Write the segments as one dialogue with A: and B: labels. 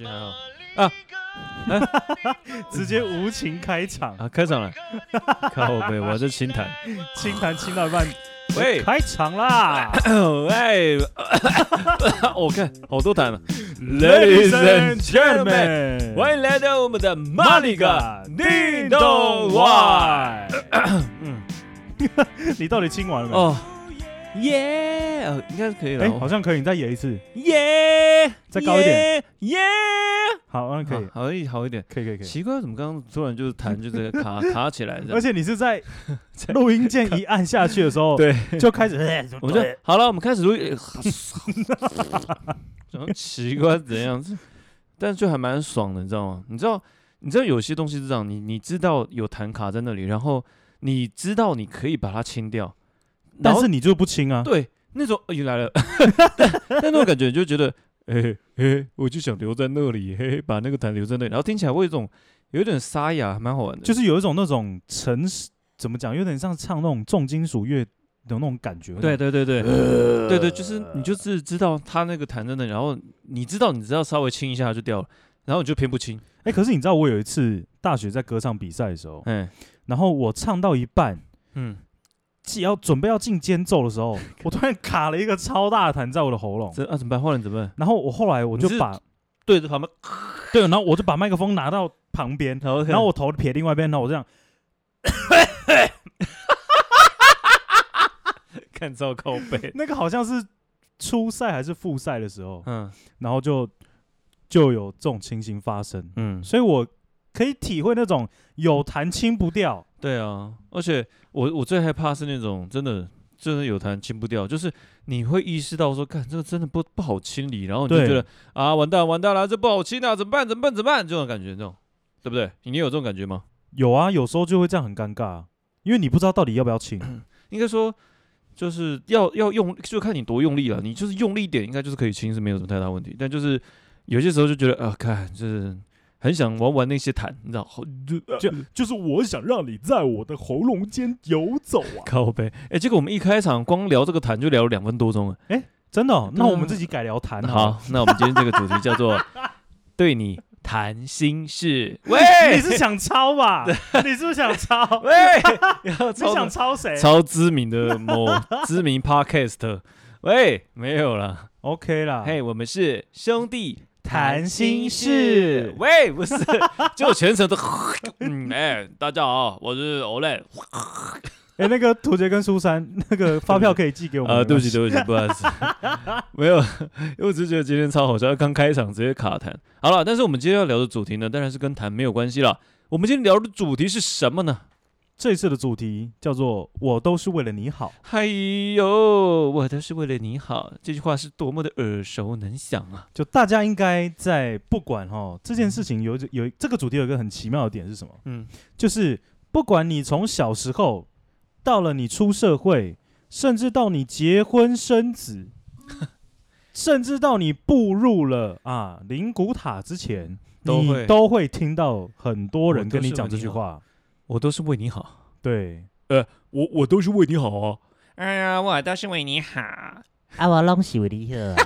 A: 还好
B: 啊，
C: 直接无情开场，
B: 啊，开场了， 靠背，我是清谈。
C: 清谈清到 一半，
B: 喂，
C: 开 场啦
B: 喂，我看好多痰了。Ladies and gentlemen，欢迎来到我们的马里嘎，你懂我？
C: 嗯，你到底清完了没？
B: 哦，耶，哦应该是可以了
C: 哎，
B: 哦。
C: 好像可以，你再演一次。
B: 耶，
C: 再高一点
B: 耶，耶，
C: 好，像可以，
B: 好好一好一点。
C: 可以，可以，可以。
B: 奇怪，怎么刚刚突然就是痰就这个 卡卡起来这
C: 而
B: 样？
C: 且你 是在录音键一按下去的时候，
B: 对，
C: 就开始。 呃
B: 我们就好了，我们开始录音。 然后奇怪怎样？这但就还蛮爽的，你知道吗？你知道，你知道有些东西是这样，你你知道有弹卡在那里，然后你知道你可以把它清掉，然
C: 但
B: 后
C: 是你就不清啊。
B: 对那种又、哎来 了，但但那种感觉你就觉得，嘿、嘿、我就想留在那里，嘿、嘿，把那个弹留在那里，然后听起来会有一种有一点沙哑，还蛮好玩的。
C: 就是有一种那种城市怎么讲，有点像唱那种重金属乐的那种感觉。
B: 对，对对对，对对，就是你就是知道他那个弹在那里，然后你知道你只要稍微清一下就掉了，然后你就偏不清，
C: 哎，可是你知道我有一次大学在歌唱比赛的时候，
B: 哎，
C: 然后我唱到一半，
B: 嗯，
C: 既要准备要进间奏的 时候，我突然卡了一个超大的痰在我的喉咙，
B: 这啊怎么办？换人怎么办？
C: 然后我后来我就
B: 你是
C: 把
B: 对着旁边，
C: 对，然后我就把麦克风拿到旁边，
B: 然后
C: 然后我头撇另外一边，然后我这样，
B: 看照靠背，
C: 那个好像是初赛还是复赛的时候，
B: 嗯
C: 然后就就有这种情形发生，
B: 嗯，
C: 所以我可以体会那种有痰清不掉，
B: 对啊，而且我我最害怕是那种真的真的有痰清不掉，就是你会意识到说，看这个真的不不好清理，然后你就
C: 对
B: 觉得啊完蛋完蛋了，这不好清啊，怎么办怎么办怎么办？这种感觉，这种对不对？你有这种感觉吗？
C: 有啊，有时候就会这样很尴尬，啊因为你不知道到底要不要清，
B: 应该说就是要要用，就看你多用力了。你就是用力一点，应该就是可以清，是没有什么太大问题。但就是有些时候就觉得啊，看就是很想玩玩那些痰，你知道？好
C: 就就是我想让你在我的喉咙间游走啊，
B: 靠背，哎、结果我们一开场光聊这个痰就聊了两分多钟了。
C: 真的哦、
B: 对啊
C: 那我们自己改聊痰了
B: 好，那我们今天这个主题叫 做对你谈心事。喂，
C: 你是想抄吧？ 你是不是想抄？
B: 喂，要
C: 你想
B: 超
C: 抄谁
B: 超知名的某知名 podcast。喂，没有了。
C: ？OK 啦，
B: 嘿、我们是兄弟
C: 谈心事
B: 喂，不是，就全程都， 嗯，哎、大家好，我是 Olay。
C: 哎、那个图杰跟苏珊，那个发票可以寄给我们
B: 啊、对不起，
C: 没关
B: 对不起，
C: 系
B: 不好意思， 没有，因为我只是觉得今天超好笑，刚开场直接卡痰。好了，但是我们今天要聊的主题呢，当然是跟痰没有关系了。我们今天聊的主题是什么呢？
C: 这一次的主题叫做“我都是为了你好
B: 哎呦，我都是为了你好，这句话是多么的耳熟能详啊！”，
C: 就大家应该在不管哈这件事情有有这个主题有一个很奇妙的点是什么？
B: 嗯，
C: 就是不管你从小时候到了你出社会，甚至到你结婚 生子，甚至到你步入了啊灵骨塔之前，
B: 都
C: 你
B: 会
C: 都会听到很多人
B: 我都
C: 跟你
B: 是
C: 讲
B: 为
C: 这
B: 你
C: 句
B: 好
C: 话。
B: 我都是为你好，
C: 对，
B: 我我都是为你好啊。
A: 哎呀，我都是为你好。
D: 啊，我拢是为你好啊。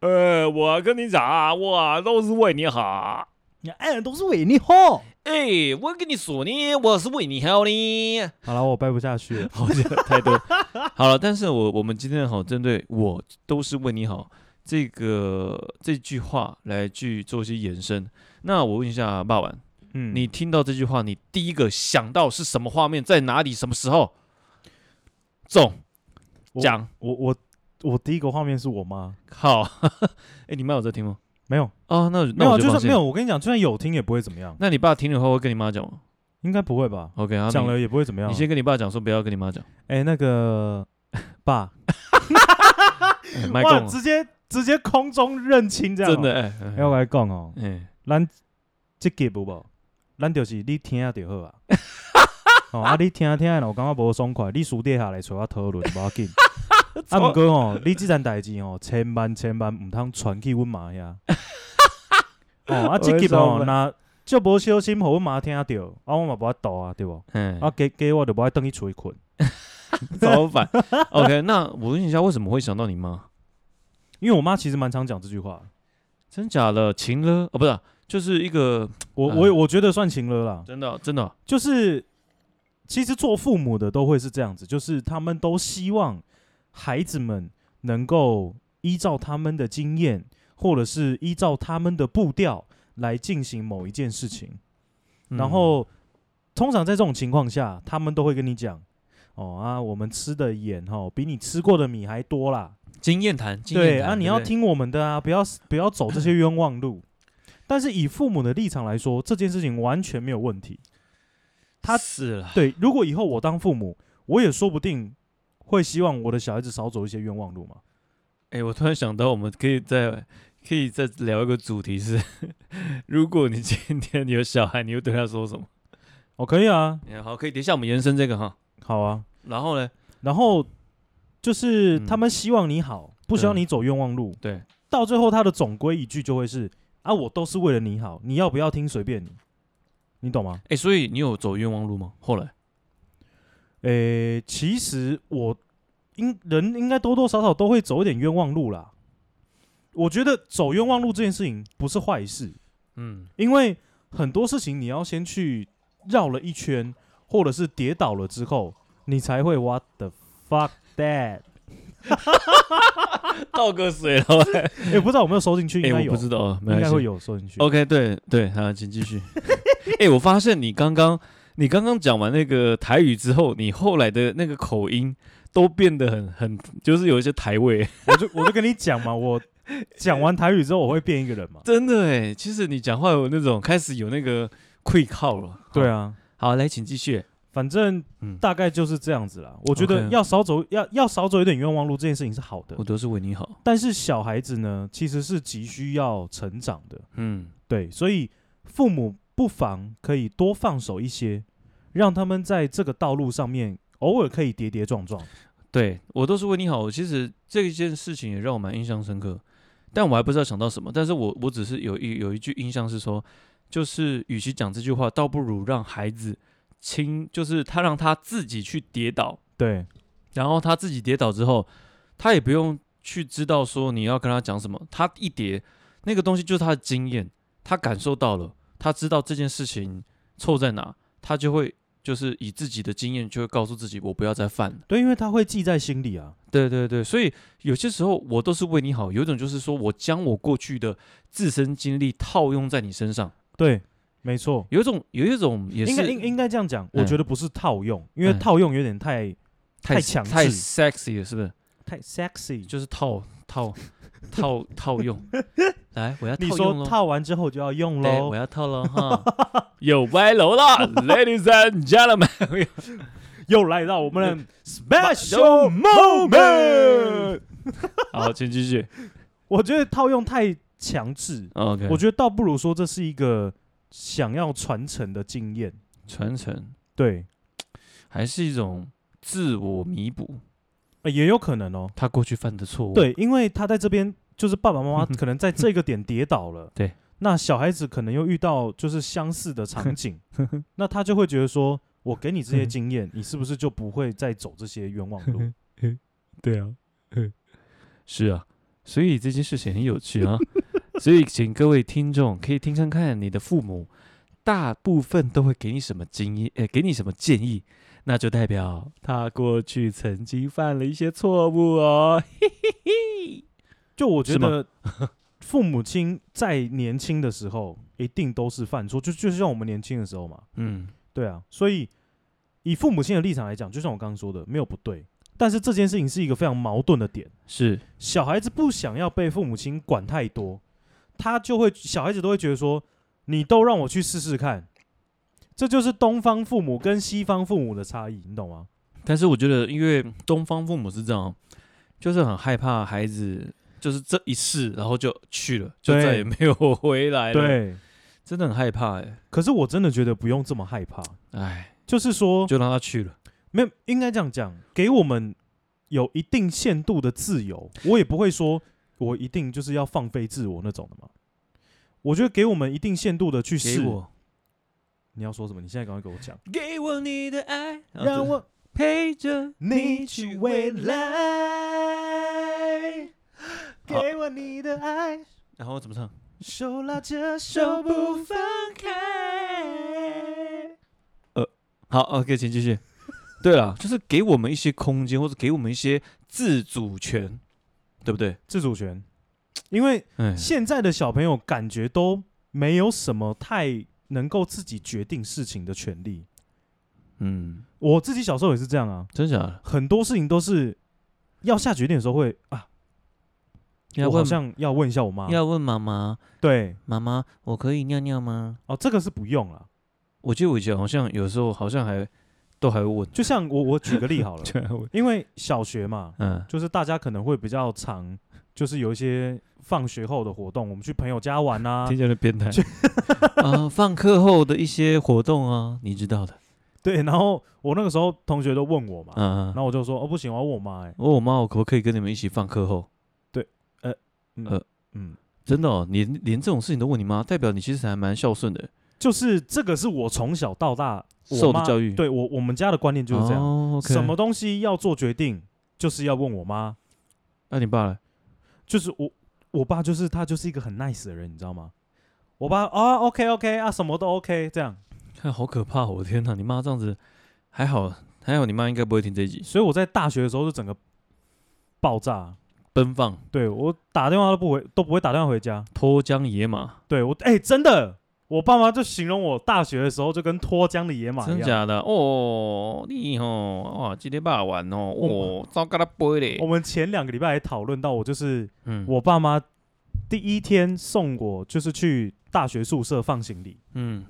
B: 呃，我跟你讲啊，我都是为你好。
C: 哎，都是为你好。
B: 哎，我跟你说呢，我是为你好呢。
C: 好了，我掰不下去了。
B: 好像太多。好了，但是我我们今天好针对我都是为你好这个这句话来去做一些延伸。那我问一下霸王，
C: 嗯
B: 你听到这句话，你第一个想到是什么画面，在哪里，什么时候？总
C: 我
B: 讲
C: 我我我第一个画面是我妈，
B: 好。 哎，你妈有在听吗？
C: 没有
B: 哦，那
C: 没
B: 那
C: 有啊，
B: 我
C: 就
B: 放
C: 是
B: 心
C: 没。有。我跟你讲，就算有听也不会怎么样，
B: 那你爸听了后会跟你妈讲吗
C: 应该不会吧？
B: ？OK，啊
C: 讲
B: 你
C: 了也不会怎么样
B: 你。先跟你爸讲说不要跟你妈 讲，
C: 哎，那 个 爸，
B: 哎麦
C: 哇，
B: 共啊
C: 直接直接空中认亲这样哦，
B: 真的哎哎
C: 哎。要来讲哦，
B: 哎，
C: 咱这集有无？咱就是你听就 好啊。哦，啊，你听听的，我感觉无爽快，你私底下来找我讨论无 要紧。啊，毋过吼，你即件代志吼，千万千万毋通传去阮妈 遐。哦，啊，即集
B: 我
C: 吼，
B: 会
C: 若足无小心，互阮妈听着，啊，我嘛无法度啊，对无？
B: 嗯，
C: 啊，加加我就无爱倒去厝里困，
B: 超 烦。OK，那我问一下，为什么会想到你妈？
C: 因为我妈其实蛮常讲这句话。
B: 真假的情了哦，不是啊，就是一个
C: 我
B: 啊
C: 我我觉得算情了啦，
B: 真的啊真的啊
C: 就是其实做父母的都会是这样子，就是他们都希望孩子们能够依照他们的经验，或者是依照他们的步调来进行某一件事情。
B: 嗯
C: 然后通常在这种情况下，他们都会跟你讲。哦啊，我们吃的盐哦，比你吃过的米还多啦。
B: 经验谈，经验
C: 对
B: 谈
C: 啊，你要，
B: 不
C: 听我们的啊，不要不要走这些冤枉 路。但是以父母的立场来说，这件事情完全没有问题。他
B: 死了，
C: 对，如果以后我当父母，我也说不定会希望我的小孩子少走一些冤枉路嘛。
B: 哎、我突然想到，我们可以再可以再聊一个主题是， 如果你今天有小孩，你会对他说什么？
C: 哦，可以啊，
B: 哎好，可以，等一下我们延伸这个哈。
C: 好啊。
B: 然后呢？
C: 然后就是
B: 嗯
C: 他们希望你好，不希望
B: 对
C: 你走冤枉路。
B: 对，
C: 到最后他的总归一句就会是啊，我都是为了你好，你要不要听随便你，你懂吗？
B: 哎、所以你有走冤枉路吗？后来，
C: 诶、其实我应人应该多多少少都会走一点冤枉路啦。我觉得走冤枉路这件事情不是坏事，
B: 嗯，
C: 因为很多事情你要先去绕了一圈，或者是跌倒了之后，你才会 what the fuck that？
B: 倒个水了吧，
C: 也、不知道有没有收进去，
B: 哎、
C: 应该
B: 我
C: 有，
B: 不知道啊，没
C: 应
B: 关
C: 该
B: 系
C: 会。有收进去。
B: OK，对对，好，请继续。 哎、我发现你刚刚你刚刚讲完那个台语之后，你后来的那个口音都变得很很，就是有一些台味。
C: 我就我就跟你讲 嘛，我讲完台语之后，我会变一个人嘛。
B: 真的哎，其实你讲话有那种开始有那个愧靠了。
C: 对
B: 啊，
C: 啊，
B: 好，来，请继续。
C: 反正
B: 嗯
C: 大概就是这样子啦。我觉得
B: OK
C: 要少走要要少走一点冤枉路，这件事情是好的
B: 我。都是为你好。
C: 但是小孩子呢，其实是急需要成长的，
B: 嗯，
C: 对，所以父母不妨可以多放手一些，让他们在这个道路上面偶尔可以跌跌撞撞。
B: 对我都是为你好。其实这一件事情也让我蛮印象深刻，但我还不知道想到什么。但是我我只是有一有一句印象是说，就是与其讲这句话，倒不如让孩子亲，就是他让他自己去跌倒，
C: 对，
B: 然后他自己跌倒之后，他也不用去知道说你要跟他讲什么，他一跌那个东西就是他的经验，他感受到了，他知道这件事情错在哪，他就会就是以自己的经验就会告诉自己我不要再犯了。
C: 对，因为他会记在心里啊。
B: 对对对，所以有些时候我都是为你好，有一种就是说我将我过去的自身经历套用在你身上，
C: 对，没错，
B: 有一种有一种也
C: 应该
B: 是
C: 应应该这样讲，我
B: 嗯
C: 觉得不是套用，因为
B: 嗯
C: 套用有点太太强
B: 太
C: 制
B: sexy 了，是不是？
C: 太 sexy。
B: 就是套套套套 用，来，我要套
C: 你
B: 用
C: 说
B: 咯
C: 套完之后就要用
B: 对，我
C: 喽，
B: 要透 露哈，有歪楼了，Ladies and gentlemen，
C: 又来到我们的 special
B: 嗯 Special
D: 嗯
C: moment。
B: 好，请继续。
C: 我觉得套用太强制，
B: OK，
C: 我觉得倒不如说这是一个想要传承的经验。
B: 传承
C: 对，
B: 还是一种自我弥补
C: 呃也有可能哦。
B: 他过去犯的错误。，
C: 对，因为他在这边就是爸爸妈妈可能在这个点跌倒了，
B: 嗯 对，
C: 那小孩子可能又遇到就是相似的 场景，那他就会觉得说，我给你这些经验，你是不是就不会再走这些冤枉 路？
B: 对啊，是啊，所以这件事情很有趣啊。所以，请各位听众可以听看看你的父母，大部分都会给你什么经验，呃，给你什么建议，那就代表他过去曾经犯了一些错误哦。
C: 就我觉
B: 是吗
C: 得父母亲在年轻的时候一定都是犯错，就就像我们年轻的时候嘛，
B: 嗯，
C: 对啊，所以以父母亲的立场来讲，就像我刚刚说的，没有不对，但是这件事情是一个非常矛盾的点。
B: 是，
C: 小孩子不想要被父母亲管太多，他就会小孩子都会觉得说，你都让我去试试看，这就是东方父母跟西方父母的差异，你懂吗？
B: 但是我觉得，因为东方父母是这样哦，就是很害怕孩子，就是这一世，然后就去了，就
C: 对
B: 再也没有回来了。，
C: 对，
B: 真的很害怕哎，
C: 可是我真的觉得不用这么害怕，
B: 哎，
C: 就是说，
B: 就让他去了。
C: 没有应该这样讲，给我们有一定限度的自由，我也不会说我一定就是要放飞自我那种的嘛。我觉得给我们一定限度的去
B: 给
C: 试，
B: 我，
C: 你要说什么？你现在赶快给我讲，
B: 给我你的爱，
C: 让我
B: 陪着
C: 你去未来，给我你的爱。
B: 然后我怎么唱？
C: 手拉着手不放开。
B: 呃好，OK，请继续。 对了，就是给我们一些空间，或者给我们一些自主权，对不对？
C: 自主权，因为
B: 嗯，
C: 现在的小朋友感觉都没有什么太能够自己决定事情的权利。
B: 嗯，
C: 我自己小时候也是这样啊，
B: 真假的？
C: 很多事情都是要下决定的时候会啊，
B: 要
C: 我好
B: 问
C: 像要问一下我妈。
B: 要问妈妈，
C: 对，
B: 妈妈，我可以尿尿吗？
C: 哦，这个是不用了。
B: 我记得我以前好像有时候好像还都还会问，，
C: 就像我我举个例好了
B: 还问，
C: 因为小学嘛，
B: 嗯
C: 就是大家可能会比较常，就是有一些放学后的活动，我们去朋友家玩啊，呃
B: 听起来就变 态。啊，放课后的一些活动啊，你知道的。
C: 对，然后我那个时候同学都问我嘛，
B: 嗯
C: 然，后我就说哦不行，我要问我妈、欸，
B: 我问我妈，我可不可以跟你们一起放课后？
C: 嗯，
B: 真的、哦，连连这种事情都问你妈，代表你其实还蛮孝顺的，
C: 就是这个是我从小到大我
B: 受的
C: 妈
B: 教育
C: 对我我们家的观念就是这样，
B: 哦 o k
C: 什么？东西要做决定就是要问我妈，
B: 那、你爸嘞？
C: 就是我我爸就是他就是一个很 nice 的人，你知道吗？我爸啊 OK OK 啊什么都 OK 这样，
B: 看好可怕、哦！我的天哪，你妈这样子还好，还好你妈应该不会听这一集。
C: 所以我在大学的时候就整个爆炸，
B: 奔放、
C: 对我打电话都不回，都不会打电话回家。
B: 脱缰野马，
C: 对我，哎、真的，我爸妈就形容我大学的时候就跟脱缰的野马一
B: 真
C: 样。
B: 假的？哦，你哦，哇，今天爸玩哦，
C: 我
B: 哦，糟糕了，杯嘞
C: 我。们前两个礼拜还讨论到，我就是
B: 嗯，
C: 我爸妈第一天送我，就是去大学宿舍放行李，
B: 嗯，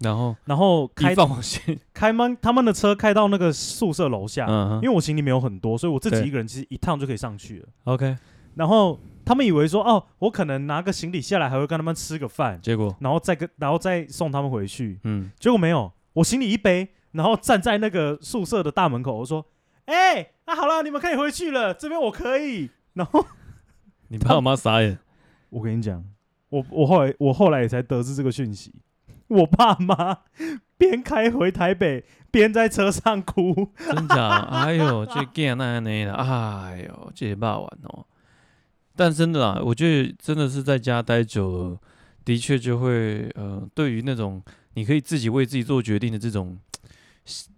B: 然后
C: 然后
B: 一
C: 开
B: 放我先，
C: 开门，他们的车开到那个宿舍楼下，
B: 嗯
C: 因为我行李没有很多，所以我自己
B: 对
C: 一个人其实一趟就可以上去了。
B: ，OK，
C: 然后他们以为说，哦，我可能拿个行李下来，还会跟他们吃个饭，
B: 结果，
C: 然后再跟然后再送他们回去。
B: 嗯，
C: 结果没有，我行李一背，然后站在那个宿舍的大门口，我说：“哎、那、好了，你们可以回去了，这边我可以。”然后
B: 你爸我妈傻眼，
C: 我跟你讲，我我后来我后来也才得知这个讯息，我爸妈边开回台北边在车上哭，
B: 真假？哎呦，这 gay 那样那的，哎呦，这也霸玩哦。但真的啦，我觉得真的是在家待久了，的确就会呃，对于那种你可以自己为自己做决定的这种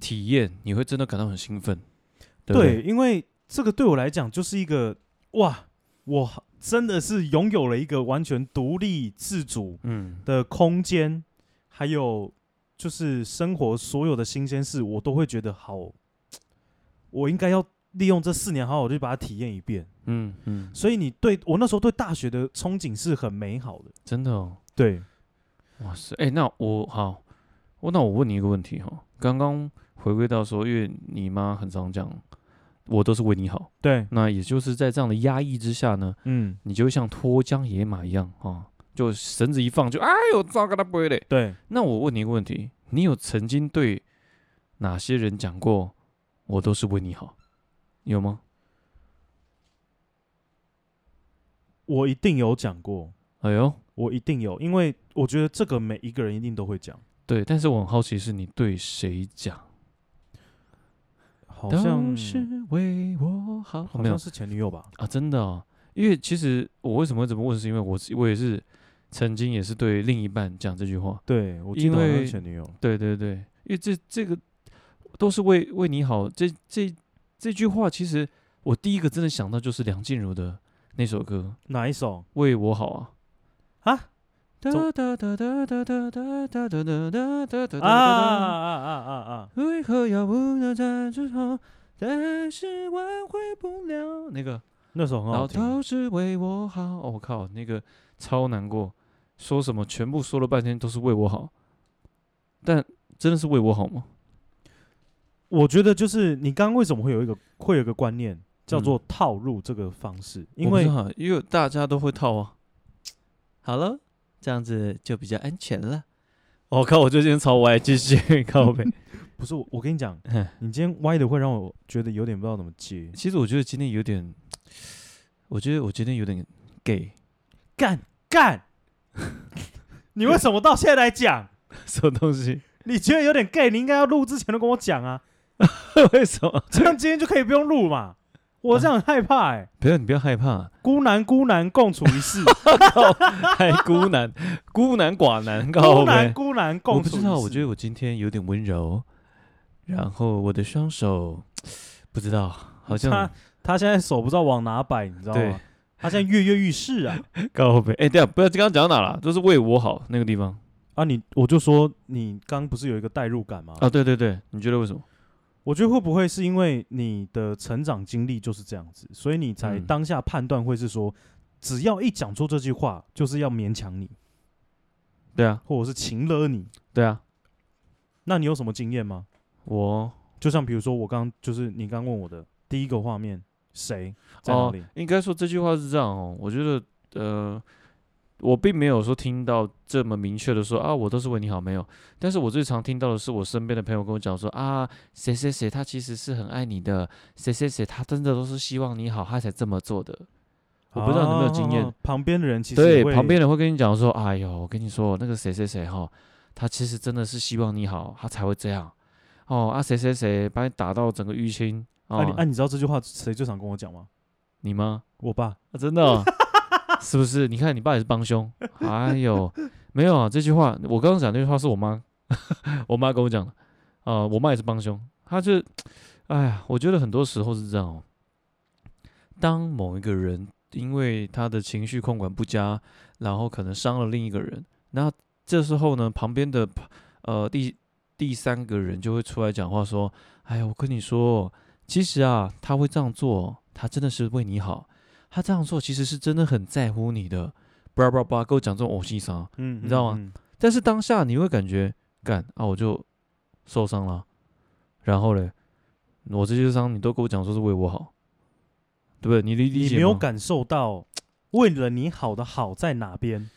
B: 体验，你会真的感到很兴奋。对不对，
C: 因为这个对我来讲就是一个哇，我真的是拥有了一个完全独立自主
B: 嗯，
C: 的空间，还有就是生活所有的新鲜事，我都会觉得好，我应该要利用这四年好好去把它体验一遍。
B: 嗯嗯，
C: 所以你对我那时候对大学的憧憬是很美好的。
B: 真的哦，
C: 对，
B: 哇塞，哎、那我好，我那我问你一个问题哈、刚刚回归到说，因为你妈很常讲，我都是为你好，
C: 对，
B: 那也就是在这样的压抑之下呢，
C: 嗯，
B: 你就会像脱缰野马一样啊、就绳子一放就哎呦糟糕他不会嘞。
C: 对，
B: 那我问你一个问题，你有曾经对哪些人讲过我都是为你好？有吗？
C: 我一定有讲过，
B: 哎呦，
C: 我一定有，因为我觉得这个每一个人一定都会讲，
B: 对，但是我很好奇是你对谁讲？
C: 好
B: 都
C: 像
B: 是为我好，
C: 好
B: 没有
C: 像是前女友吧？
B: 啊，真的、哦，因为其实我为什么会这么问，是因为我是我也是曾经也是对另一半讲这句话，
C: 对，我记得
B: 因
C: 好像
B: 为
C: 是前女友。
B: 对对对，因为这这个都是为为你好。这这这句话，其实我第一个真的想到就是梁静茹的那首歌
C: 哪一首
B: 《为我好》啊。
C: 啊？
B: 哒
C: 怎么
B: 哒哒哒哒哒哒哒哒哒哒哒哒
C: 啊啊
B: 哒！
C: 啊啊啊啊！
B: 为何要不断在之后，但是挽回不了那个。
C: 那首很
B: 然后
C: 好听。
B: 都是为我好。哦我、靠，那个超难过，说什么全部说了半天都是为我好，但真的是为我好吗？
C: 我觉得就是你刚刚为什么会有一个会有一个观念叫做套入这个方式，因
B: 嗯我不知
C: 为
B: 道因为大家都会套啊。好了，这样子就比较安全了。我、哦靠，我最近超歪，继续靠呗。
C: 不是我，我跟你讲，你今天歪的会让我觉得有点不知道怎么 接。
B: 其实我觉得今天有点，我觉得我今天有点 gay，
C: 干 干，你为什么到现在来讲？
B: 什么东西？
C: 你觉得 有点 gay，你应该要录之前都跟我讲啊，
B: 为什么？
C: 这样今天就可以不用录嘛。我这样很害怕 哎、
B: 不要你不要害怕，
C: 孤男孤男共处 一室，
B: 还孤 男孤男寡男，
C: 孤
B: 告
C: 男
B: 呗。
C: 孤男
B: 我
C: 共
B: 不
C: 处一
B: 知
C: 室。
B: 道，我觉得我今天有点温柔，然后我的双手不知道，好像
C: 他他现在手不知道往哪摆，你知道
B: 对
C: 吗？他现在跃跃欲试啊！
B: 告呗。哎，对啊，不要刚刚讲到哪了，都是为我好那个地方
C: 啊你，我就说你刚不是有一个代入感吗？
B: 啊。对对对，你觉得为什么？
C: 我觉得会不会是因为你的成长经历就是这样子，所以你才
B: 嗯
C: 当下判断会是说，只要一讲出这句话，就是要勉强你，
B: 对啊，
C: 或者是情勒你。
B: 对啊，
C: 那你有什么经验吗？
B: 我
C: 就像比如说我刚就是你刚问我的第一个画面，谁在哪
B: 哦
C: 里？，
B: 应该说这句话是这样哦。我觉得，呃，我并没有说听到这么明确的说啊，我都是为你好，没有。但是我最常听到的是我身边的朋友跟我讲说啊，谁谁谁他其实是很爱你的，谁谁谁他真的都是希望你好，他才这么做的。我不知道你有没有经验
C: 啊旁边的人其实
B: 对
C: 也，会
B: 旁边人会跟你讲说，哎呦，我跟你说，那个谁谁谁哈，他其实真的是希望你好，他才会这样。哦啊，谁谁谁把你打到整个淤青
C: 啊你
B: 哦，
C: 啊，你知道这句话谁最常跟我讲吗？
B: 你吗？
C: 我爸。
B: 啊，真的哦、是不是？你看你爸也是帮凶，哎呦，没有啊，这句话我刚刚讲那句话是我妈， 我妈跟我讲的，啊、我妈也是帮凶，她就，哎呀，我觉得很多时候是这样哦，当某一个人因为他的情绪控管不佳，然后可能伤了另一个人，那这时候呢，旁边的呃第第三个人就会出来讲话说，哎呀，我跟你说，其实啊，他会这样做，他真的是为你好。他这样做其实是真的很在乎你的，巴拉巴拉巴拉跟我讲这种恶心伤，
C: 嗯，
B: 你知道吗
C: 嗯？
B: 但是当下你会感觉干啊，我就受伤了，然后嘞，我这些伤你都跟我讲说是为我好，对不对？你理理
C: 你
B: 解
C: 没有
B: 吗
C: 感受到为了你好的好在哪边？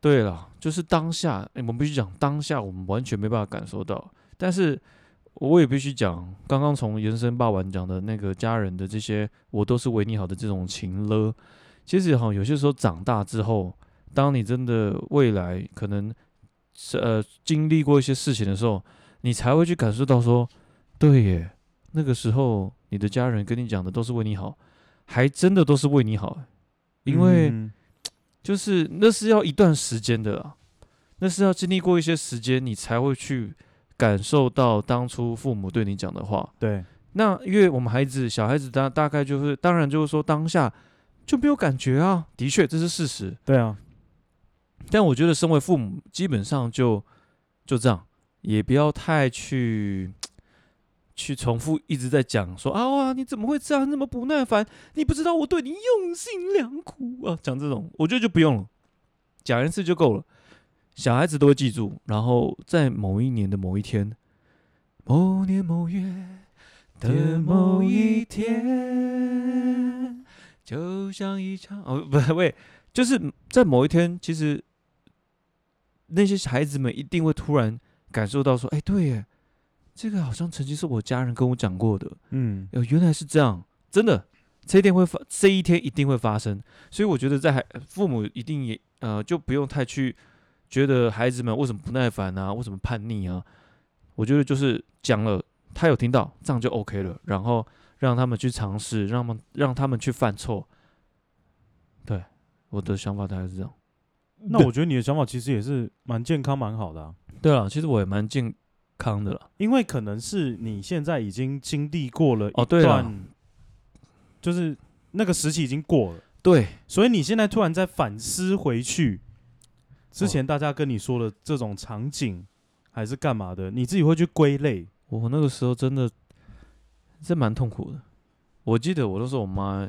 B: 对了，就是当下，诶我们必须讲当下，我们完全没办法感受到。但是我也必须讲，刚刚从延伸霸王讲的那个家人的这些，我都是为你好的这种情了。其实哈，有些时候长大之后，当你真的未来可能是呃经历过一些事情的时候，你才会去感受到说，对耶，那个时候你的家人跟你讲的都是为你好，还真的都是为你好，因为。
C: 嗯
B: 就是那是要一段时间的啦，那是要经历过一些时间，你才会去感受到当初父母对你讲的话。
C: 对，
B: 那因为我们孩子小孩子大大概就是，当然就是说当下就没有感觉啊，的确这是事实。
C: 对啊，
B: 但我觉得身为父母，基本上就就这样，也不要太去去重复一直在讲说啊哇，你怎么会这样，你怎么不耐烦？你不知道我对你用心良苦啊，讲这种，我觉得就不用了，讲一次就够了。小孩子都会记住，然后在某一年的某一天，某年某月的某一天，就像一场哦，不喂，就是在某一天，其实那些孩子们一定会突然感受到说：“哎、对耶，这个好像曾经是我家人跟我讲过的，
C: 嗯，
B: 哦，原来是这样，真的，这一天会发，这一天一定会发生。”所以我觉得在孩父母一定也呃，就不用太去觉得孩子们为什么不耐烦啊，为什么叛逆啊。我觉得就是讲了，他有听到，这样就 OK 了，然后让他们去尝试，让他们让他们去犯错。对，我的想法大概是这样。
C: 那我觉得你的想法其实也是蛮健康、蛮好的、啊，
B: 对了，其实我也蛮健康的了。
C: 因为可能是你现在已经经历过了
B: 哦
C: 一
B: 对啦
C: 段，就是那个时期已经过了，
B: 对，
C: 所以你现在突然在反思回去之前大家跟你说的这种场景还是干嘛的，你自己会去归类。
B: 我那个时候真的真蛮痛苦的。我记得我那时候我妈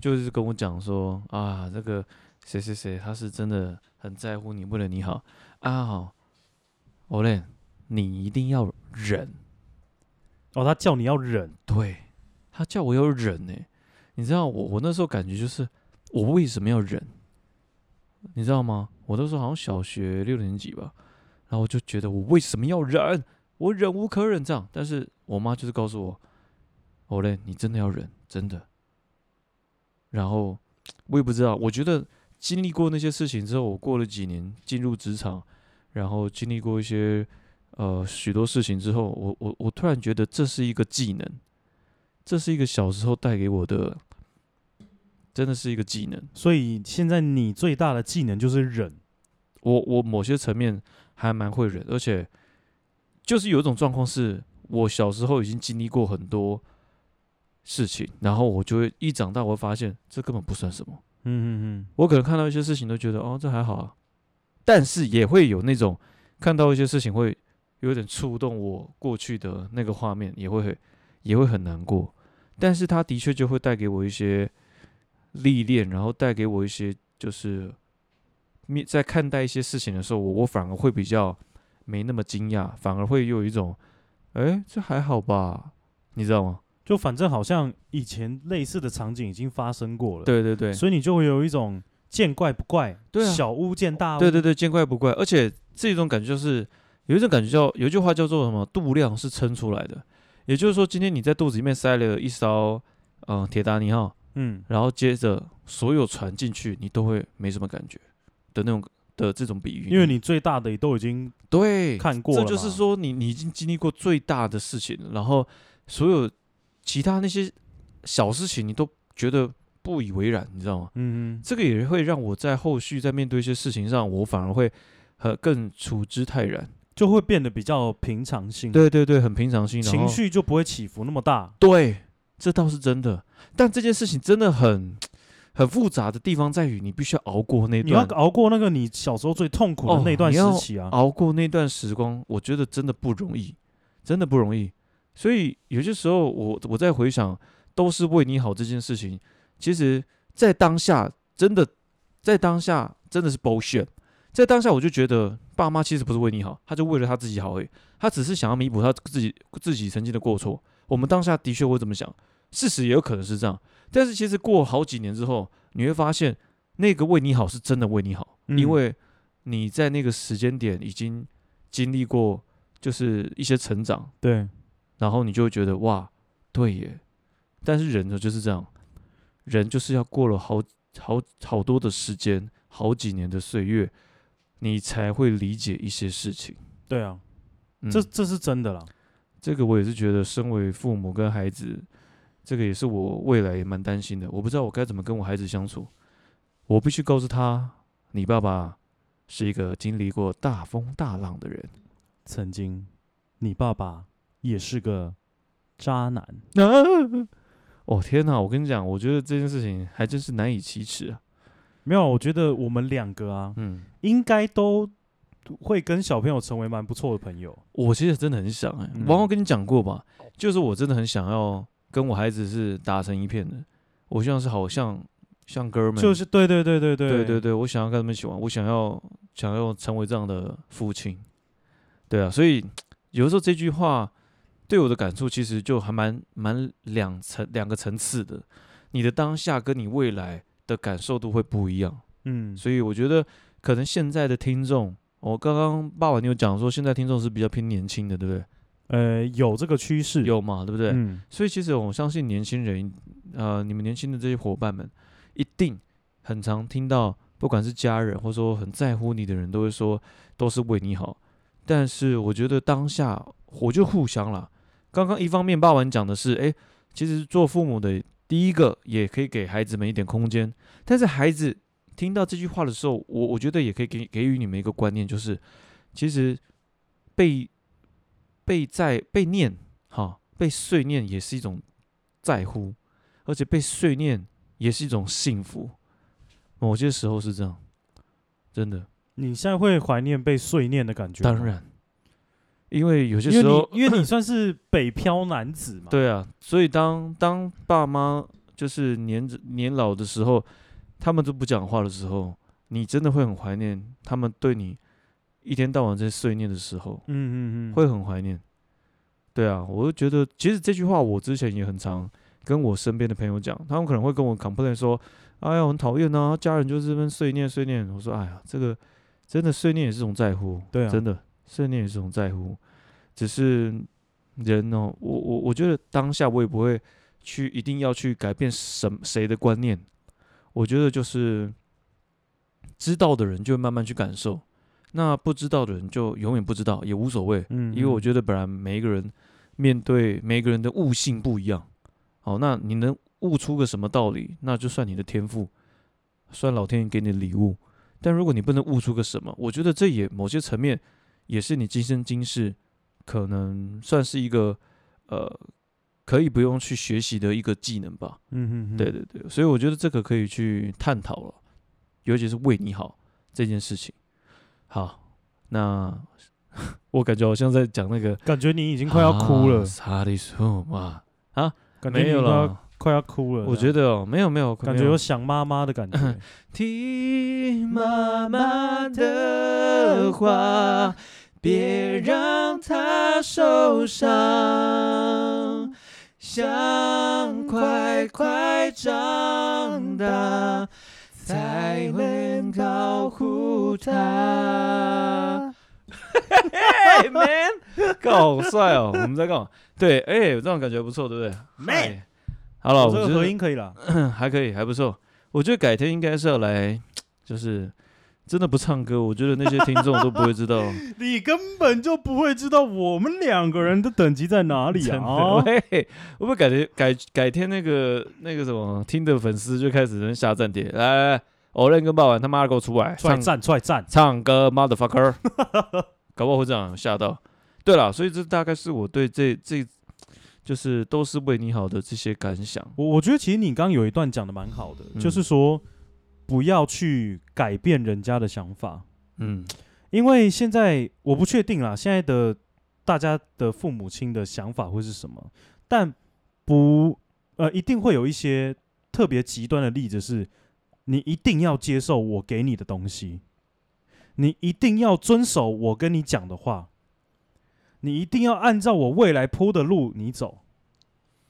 B: 就是跟我讲说啊，这个谁谁谁他是真的很在乎你，为了你好啊好，我嘞，你一定要忍。
C: 哦，他叫你要忍，
B: 对，他叫我要忍呢、你知道我我那时候感觉就是我为什么要忍，你知道吗？我那时候好像小学六年级吧，然后我就觉得我为什么要忍，我忍无可忍这样。但是我妈就是告诉我，我嘞，你真的要忍，真的。然后我也不知道，我觉得经历过那些事情之后，我过了几年进入职场，然后经历过一些呃许多事情之后，我我我突然觉得这是一个技能，这是一个小时候带给我的，真的是一个技能。
C: 所以现在你最大的技能就是忍，
B: 我我某些层面还蛮会忍，而且就是有一种状况是，我小时候已经经历过很多事情，然后我就会一长大，我会发现这根本不算什么。
C: 嗯嗯嗯，
B: 我可能看到一些事情都觉得哦，这还好啊，但是也会有那种看到一些事情会有点触动我过去的那个画面，也会很也会很难过。但是它的确就会带给我一些历练，然后带给我一些就是面在看待一些事情的时候，我我反而会比较没那么惊讶，反而会有一种哎，这还好吧，你知道吗？
C: 就反正好像以前类似的场景已经发生过了，，
B: 对对对，
C: 所以你就会有一种见怪不怪，
B: 对啊
C: 小巫见大巫，
B: 对对对，见怪不怪。而且这种感觉就是有一种感觉叫有一句话叫做什么“度量是撑出来的”，也就是说，今天你在肚子里面塞了一艘嗯铁达尼号，
C: 嗯，
B: 然后接着所有船进去，你都会没什么感觉的那种的这种比喻，
C: 因为你最大的也都已经
B: 对
C: 看过了
B: 这
C: 嘛，
B: 就是说你你已经经历过最大的事情了，然后所有其他那些小事情你都觉得不以为然，你知道吗？
C: 嗯，嗯
B: 这个也会让我在后续在面对一些事情上，我反而会和更处之泰然。
C: 就会变得比较平常心，，
B: 对对对，很平常心，然
C: 情
B: 后
C: 绪就不会起伏那么大，
B: 对，这倒是真的。但这件事情真的很很复杂的地方在于，你必须要熬过那
C: 你要
B: 段
C: 熬过那个你小时候最痛苦的
B: 哦
C: 那段
B: 你
C: 时
B: 要
C: 期啊，
B: 熬过那段时光，我觉得真的不容易，真的不容易。所以有些时候我我在回想，都是为你好这件事情，其实，在当下真的，在当下真的是 bullshit。在当下我就觉得，爸妈其实不是为你好，他就为了他自己好而已，他只是想要弥补他自己自己曾经的过错。我们当下的确会这么想，事实也有可能是这样。但是其实过好几年之后，你会发现，那个为你好是真的为你好，
C: 嗯
B: 因为你在那个时间点已经经历过，就是一些成长，
C: 对，
B: 然后你就会觉得哇，对耶。但是人呢就是这样，人就是要过了好好好多的时间，好几年的岁月，你才会理解一些事情。
C: 对啊，
B: 嗯、
C: 这这是真的啦，
B: 这个我也是觉得，身为父母跟孩子，这个也是我未来也蛮担心的。我不知道我该怎么跟我孩子相处，我必须告诉他，你爸爸是一个经历过大风大浪的人。
C: 曾经，你爸爸也是个渣男，
B: 哦天哪！我跟你讲，我觉得这件事情还真是难以启齿啊。
C: 没有，我觉得我们两个啊，
B: 嗯，
C: 应该都会跟小朋友成为蛮不错的朋友。
B: 我其实真的很想哎、
C: 嗯
B: 王我跟你讲过吧，就是我真的很想要跟我孩子是打成一片的。我希望是好像像哥们，
C: 就是对对对对对
B: 嗯对对对，我想要跟他们一起玩，我想要想要成为这样的父亲，对啊，所以有的时候这句话对我的感触其实就还蛮蛮两层两个层次的，你的当下跟你未来的感受度会不一样，
C: 嗯，
B: 所以我觉得可能现在的听众，我刚刚爸爸你有讲说现在听众是比较偏年轻的，对不对？
C: 呃，有这个趋势，，
B: 有嘛，对不对？
C: 嗯，
B: 所以其实我相信年轻人，呃，你们年轻的这些伙伴们，一定很常听到，不管是家人或者说很在乎你的人，都会说都是为你好。但是我觉得当下，我就互相啦。刚刚一方面，爸爸讲的是，诶，其实做父母的第一个也可以给孩子们一点空间，但是孩子听到这句话的时候，我我觉得也可以给给予你们一个观念，就是其实被被在被念哈，被碎念也是一种在乎，而且被碎念也是一种幸福。某些时候是这样，真的。
C: 你现在会怀念被碎念的感觉，
B: 当，然，因为有些
C: 因为
B: 时候，
C: 你因为你算是北漂男子嘛，，
B: 对啊，所以当当爸妈就是年着年老的时候，他们都不讲话的时候，你真的会很怀念他们对你一天到晚在碎念的时候。
C: 嗯嗯嗯，
B: 会很怀念。对啊，我就觉得，其实这句话我之前也很常跟我身边的朋友讲，他们可能会跟我 complain 说：“哎呀，我很讨厌啊，家人就是这边碎念碎念。”我说：“哎呀，这个真的碎念也是种在乎，
C: 对啊
B: 真的碎念也是种在乎，只是人哦，我我我觉得当下我也不会去一定要去改变什谁的观念，我觉得就是知道的人就会慢慢去感受，那不知道的人就永远不知道，也无所谓。
C: 嗯，
B: 因为我觉得本来每一个人面对每一个人的悟性不一样，哦，那你能悟出个什么道理，那就算你的天赋，算老天爷给你的礼物。但如果你不能悟出个什么，我觉得这也某些层面也是你今生今世可能算是一个呃可以不用去学习的一个技能吧。
C: 嗯嗯，
B: 对对对，所以我觉得这个可以去探讨了，尤其是为你好这件事情。好，那 我感觉好像在讲那个
C: 感觉你已经快要哭了，
B: 啥的啊说嘛？
C: 感觉
B: 没
C: 你
B: 有
C: 快要
B: 了，
C: 快要哭了。
B: 我觉
C: 得
B: 得哦，没有没有，
C: 感
B: 没
C: 觉
B: 有
C: 有想妈妈的感觉。
B: 听妈妈的话，别让她受伤。想快快长大，才能保护她。嘿 man，够帅哦！我们在干嘛？对，哎、这种感觉不错，对不对嗨 好了，
C: 哦
B: 我
C: 这
B: 们
C: 个
B: 就是
C: 合音可以了，
B: 还可以，还不错。我觉得改天应该是要来，就是真的不唱歌，我觉得那些听众都不会知 道
C: 你根本就不会知道我们两个人的等级在哪 里
B: 真的。
C: 啊！
B: 喂，我们改天改改天那个那个什么听的粉丝就开始能下站帖，来来来，偶然跟霸王他妈的给我出来
C: 出来
B: 唱
C: 站，出来站，
B: 唱歌，motherfucker，搞不好会这样吓到。对了，所以这大概是我对这这就是都是为你好的这些感想。
C: 我我觉得其实你刚刚有一段讲的蛮好的，
B: 嗯
C: 就是说不要去改变人家的想法，
B: 嗯
C: 因为现在我不确定啦，现在的大家的父母亲的想法会是什么，但不呃一定会有一些特别极端的例子是，你一定要接受我给你的东西，你一定要遵守我跟你讲的话，你一定要按照我未来铺的路你走，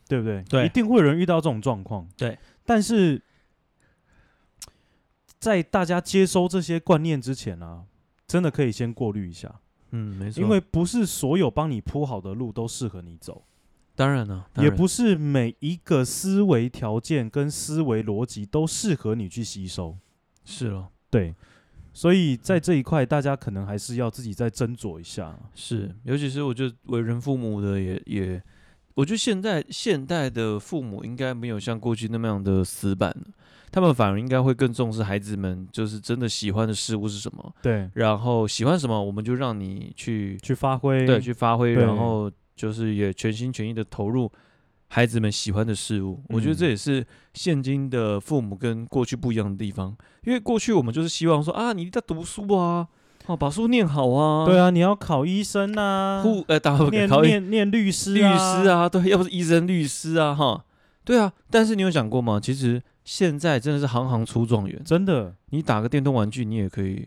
C: 对不对？
A: 对
C: 一定会有人遇到这种状况。
A: 对，
C: 但是在大家接收这些观念之前啊，真的可以先过滤一下，
B: 嗯，没错。
C: 因为不是所有帮你铺好的路都适合你走，
B: 当然了，当
C: 也
B: 然
C: 不是每一个思维条件跟思维逻辑都适合你去吸收。
B: 是了。
C: 对，所以在这一块，大家可能还是要自己再斟酌一下。
B: 是，尤其是我觉得为人父母的也也，我觉得现在现代的父母应该没有像过去那么样的死板了，他们反而应该会更重视孩子们就是真的喜欢的事物是什么，
C: 对，
B: 然后喜欢什么我们就让你去
C: 去发挥，
B: 对去发挥，然
C: 对
B: 后就是也全心全意的投入孩子们喜欢的事物。我觉得这
C: 嗯
B: 也是现今的父母跟过去不一样的地方，因为过去我们就是希望说啊，你一定要读书啊，哦、把书念好啊，
C: 对啊，你要考医生啊，
B: 护呃打不
C: 念
B: 考虑
C: 念念律师、
B: 律
C: 啊，
B: 师，啊，对，要不是医生律师啊，哈，对啊。但是你有想过吗？其实现在真的是行行出状元，
C: 真的，
B: 你打个电动玩具，你也可以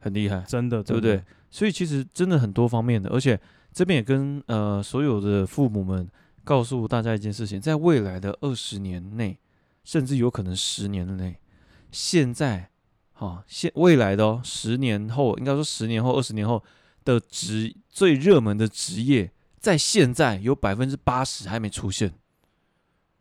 B: 很厉害，
C: 真的，
B: 对不
C: 真的
B: 对？？所以其实真的很多方面的，而且这边也跟呃所有的父母们告诉大家一件事情，在未来的二十年内，甚至有可能十年内，现在哈、现未来的哦，十年后应该说十年后、二十年后的职最热门的职业，在现在有百分之八十还没出现，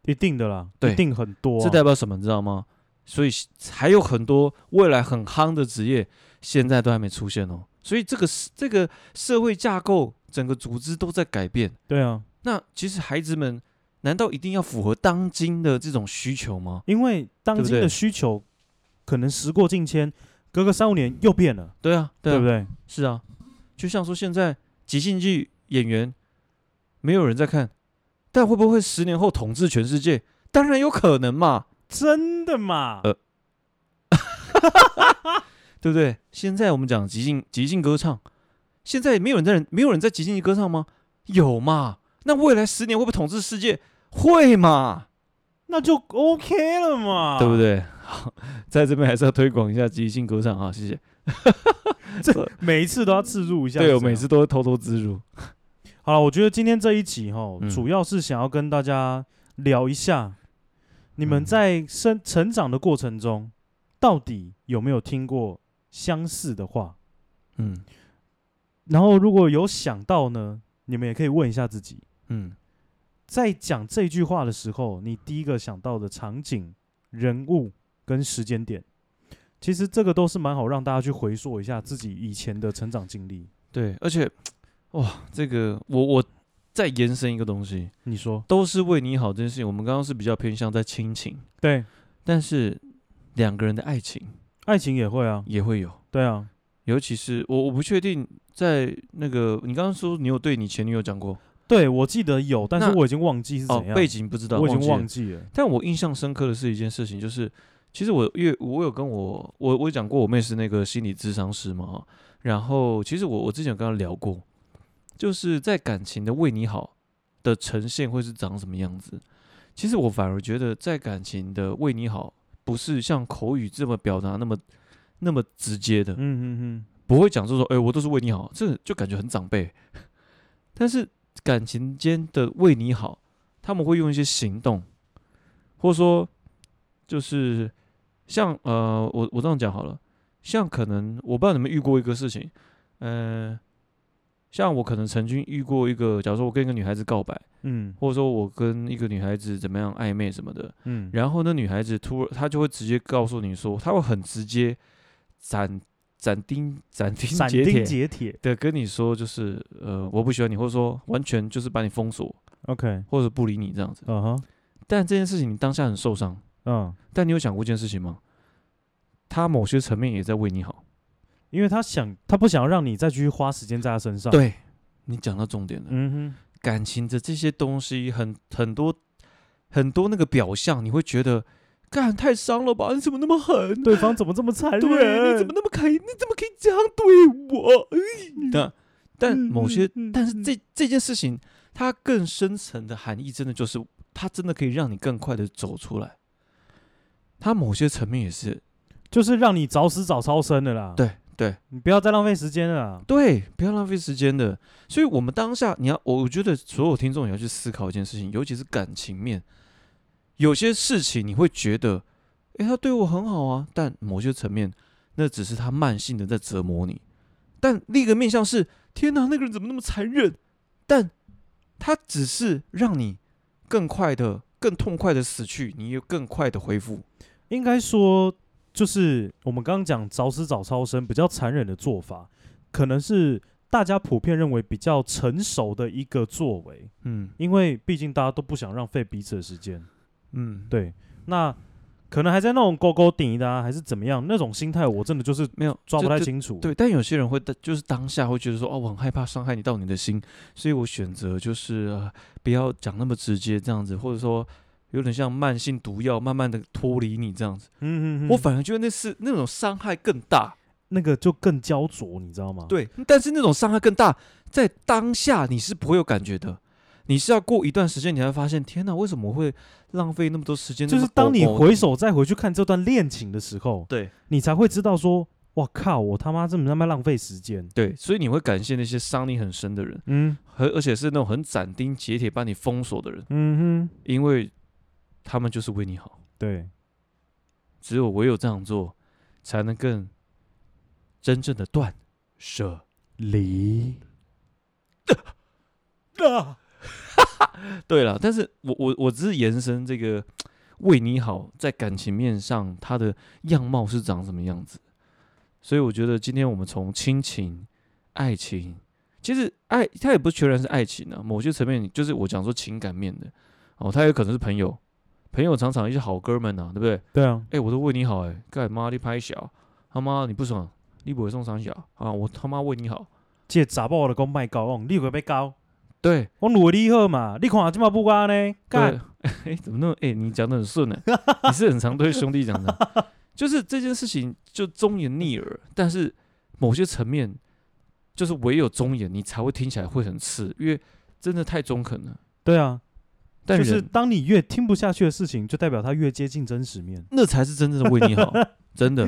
C: 一定的啦，
B: 对
C: 一定很多啊、
B: 这代表什么？你知道吗？所以还有很多未来很夯的职业，现在都还没出现哦。所以这个是这个社会架构，整个组织都在改变。
C: 对啊，
B: 那其实孩子们难道一定要符合当今的这种需求吗？
C: 因为当
B: 对不
C: 今
B: 对
C: 的需求可能时过境迁，隔个三五年又变了，
B: 对啊，对啊，
C: 对不对？
B: 是啊，就像说现在即兴剧演员没有人在看，但会不会十年后统治全世界？当然有可能嘛，
C: 真的嘛？
B: 呃对不对？现在我们讲即兴即兴歌唱，现在没有人在没有人在即兴歌唱吗？有嘛？那未来十年会不会统治世界？会嘛？
C: 那就 OK 了嘛，
B: 对不？对？ 好，在这边还是要推广一下即兴歌唱啊，谢谢。
C: 每一次都要置入一下这
B: 对
C: 样，啊
B: 我每次都会偷偷植入。
C: 好了，我觉得今天这一集哈，
B: 嗯
C: 主要是想要跟大家聊一下，你们
B: 嗯
C: 在生成长的过程中，到底有没有听过相似的话？
B: 嗯
C: 然后如果有想到呢，你们也可以问一下自己，
B: 嗯
C: 在讲这句话的时候，你第一个想到的场景、人物跟时间点，其实这个都是蛮好让大家去回溯一下自己以前的成长经历。
B: 对，而且哇，这个我我再延伸一个东西，
C: 你说
B: 都是为你好这件事情，我们刚刚是比较偏向在亲情，
C: 对？
B: 但是两个人的爱情
C: 爱情也会啊，
B: 也会有，
C: 对啊，
B: 尤其是我我不确定在那个你刚刚说你有对你前女友讲过
C: 对我记得有，但是
B: 那
C: 我已经忘记是
B: 哦
C: 怎样，
B: 背景不知道，
C: 我已经
B: 记了
C: 忘记了。
B: 但我印象深刻的是一件事情，就是其实我越我有跟我我我有讲过我妹是那个心理咨商师嘛，哦然后其实我我之前有跟她聊过，就是在感情的为你好的呈现会是长什么样子。其实我反而觉得在感情的为你好，不是像口语这么表达那么那么直接的，
C: 嗯嗯
B: 不会讲这种哎、我都是为你好，这就感觉很长辈。 但是感情间的为你好，他们会用一些行动，或者说就是像呃，我我这样讲好了，像可能我不知道你们遇过一个事情，呃，像我可能曾经遇过一个，假如说我跟一个女孩子告白，
C: 嗯
B: 或者说我跟一个女孩子怎么样暧昧什么的，
C: 嗯嗯，
B: 然后那女孩子突她就会直接告诉你说，她会很直接斩斩钉 斩钉
C: 斩
B: 截
C: 钉
B: 铁
C: 截铁。
B: 的跟你说，就是呃我不喜欢你，或者说完全就是把你封锁，
C: OK，
B: 或者不理你这样子。
C: 嗯哼，
B: 但这件事情你当下很受伤，
C: 嗯，
B: 但你有想过一件事情吗？他某些层面也在为你好。
C: 因为他想，他不想让你再继续花时间在他身上。，
B: 对，你讲到重点了，
C: 嗯哼，
B: 感情的这些东西很很多很多那个表象，你会觉得。干太伤了吧？你怎么那么狠？
C: 对方怎么这么残忍？
B: 对，你怎么那么可以？你怎么可以这样对我？哎嗯但但某些，但是这这件事情，它更深层的含义，真的就是它真的可以让你更快的走出来。它某些层面也是
C: 就是让你早死早超生的啦。，
B: 对对
C: 你不要再浪费时间了啦。
B: 对，不要浪费时间的。所以，我们当下你要，我我觉得所有听众也要去思考一件事情，尤其是感情面，有些事情你会觉得，诶，他对我很好啊，但某些层面，那只是他慢性的在折磨你。但另一个面向是，天哪，那个人怎么那么残忍？但他只是让你更快的、更痛快的死去，你也更快的恢复。
C: 应该说，就是我们刚刚讲早死早超生比较残忍的做法，可能是大家普遍认为比较成熟的一个作为，
B: 嗯
C: 因为毕竟大家都不想浪费彼此的时间。
B: 嗯，
C: 对，那可能还在那种勾勾顶的、啊，还是怎么样那种心态，我真的就是
B: 没有
C: 抓不
B: 就
C: 太
B: 就
C: 清楚。
B: 对，但有些人会的就是当下会觉得说，哦，我很害怕伤害你到你的心，所以我选择就是、呃、不要讲那么直接这样子，或者说有点像慢性毒药，慢慢的脱离你这样子。
C: 嗯，嗯嗯，
B: 我反而觉得那是那种伤害更大，
C: 那个就更焦灼，你知道吗？，
B: 对，但是那种伤害更大，在当下你是不会有感觉的。你是要过一段时间，你才会发现，天哪，为什么会浪费那么多时间？
C: 就是当你回，首再回去看这段恋情的时候，
B: 对
C: 你才会知道说，哇靠，我他妈这么他妈浪费时间。
B: 对，所以你会感谢那些伤你很深的人，
C: 嗯
B: 而而且是那种很斩钉截铁把你封锁的人。
C: 嗯哼，
B: 因为他们就是为你好，
C: 对，
B: 只有唯有这样做，才能更真正的断舍离。
C: 啊，
B: 对了，但是我我我只是延伸这个为你好，在感情面上它的样貌是长什么样子，所以我觉得今天我们从亲情、爱情，其实爱它也不全然是爱情啊，某些层面就是我讲说情感面的哦，它也可能是朋友，朋友常常一些好哥们啊，对不对？
C: 对啊，
B: 哎、我都为你好、哎，干妈你拍小，他妈你不爽，你不会送三小啊，我他妈为你好，
C: 这查某就讲卖高，我讲你会被高，
B: 对，
C: 我努力好嘛，你看即嘛不安呢，干
B: 对， 哎、怎么那么哎、你讲的很顺呢、你是很常对兄弟讲的， 就是这件事情就忠言逆耳，但是某些层面就是唯有忠言，你才会听起来会很刺，因为真的太中肯了。
C: 对啊，
B: 但
C: 就是是当你越听不下去的事情，就代表它越接近真实面。
B: 那才是真正的为你 好，真的，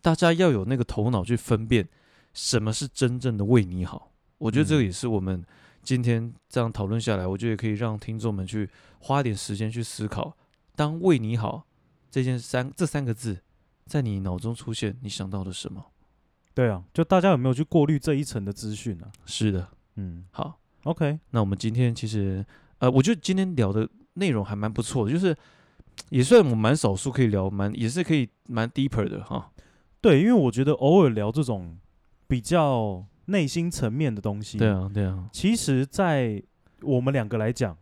B: 大家要有那个头脑去分辨什么是真正的为你好。我觉得这个也是我们今天这样讨论下来，我觉得也可以让听众们去花点时间去思考，当为你好这件三这三个字在你脑中出现，你想到的什么？
C: 对啊，就大家有没有去过滤这一层的资讯啊？
B: 是的，
C: 嗯
B: 好，
C: ，OK，
B: 那我们今天其实呃，我觉得今天聊的内容还蛮不错的，就是也算我蛮少数可以聊蛮也是可以蛮 deeper 的哈。
C: 对，因为我觉得偶尔聊这种比较内心层面的东西，
B: 对，啊，对啊，
C: 其实，在我们两个来讲，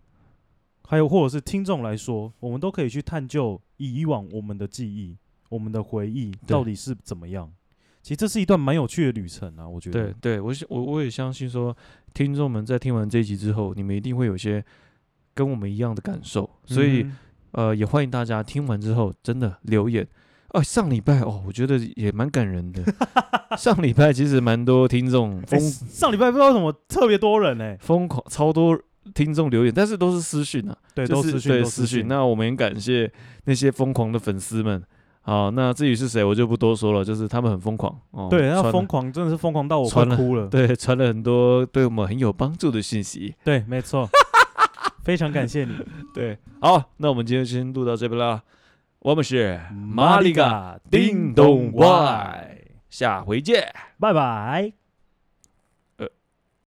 C: 还有或者是听众来说，我们都可以去探究以往我们的记忆、我们的回忆
B: 对
C: 到底是怎么样。其实这是一段蛮有趣的旅程啊，我觉得。
B: 对对，我是我我也相信说，听众们在听完这一集之后，你们一定会有一些跟我们一样的感受，所以、
C: 嗯
B: 呃，也欢迎大家听完之后真的留言。哦，上礼拜哦，我觉得也蛮感人 的。上礼拜其实蛮多听众
C: 哎
B: 疯
C: 上礼拜不知道为什么特别多人哎、
B: 疯狂超多听众留言，但是都是私讯啊，
C: 对，
B: 就
C: 都
B: 是
C: 私讯，
B: 对
C: 都
B: 私
C: 讯。
B: 讯。那我们也感谢那些疯狂的粉丝们。好，那至于是谁，我就不多说了，就是他们很疯狂哦。
C: 对，
B: 传
C: 那
B: 了
C: 疯狂真的是疯狂到我快
B: 传了
C: 哭 了。
B: 对，传了很多对我们很有帮助的信息。
C: 对，没 错，非常感谢你，
B: 对，好，那我们今天先录到这边啦。我们是
C: 玛
B: 玛
C: 丽
B: 丽嘎，
C: 嘎
B: 叮咚怪，下回见。
C: 拜拜。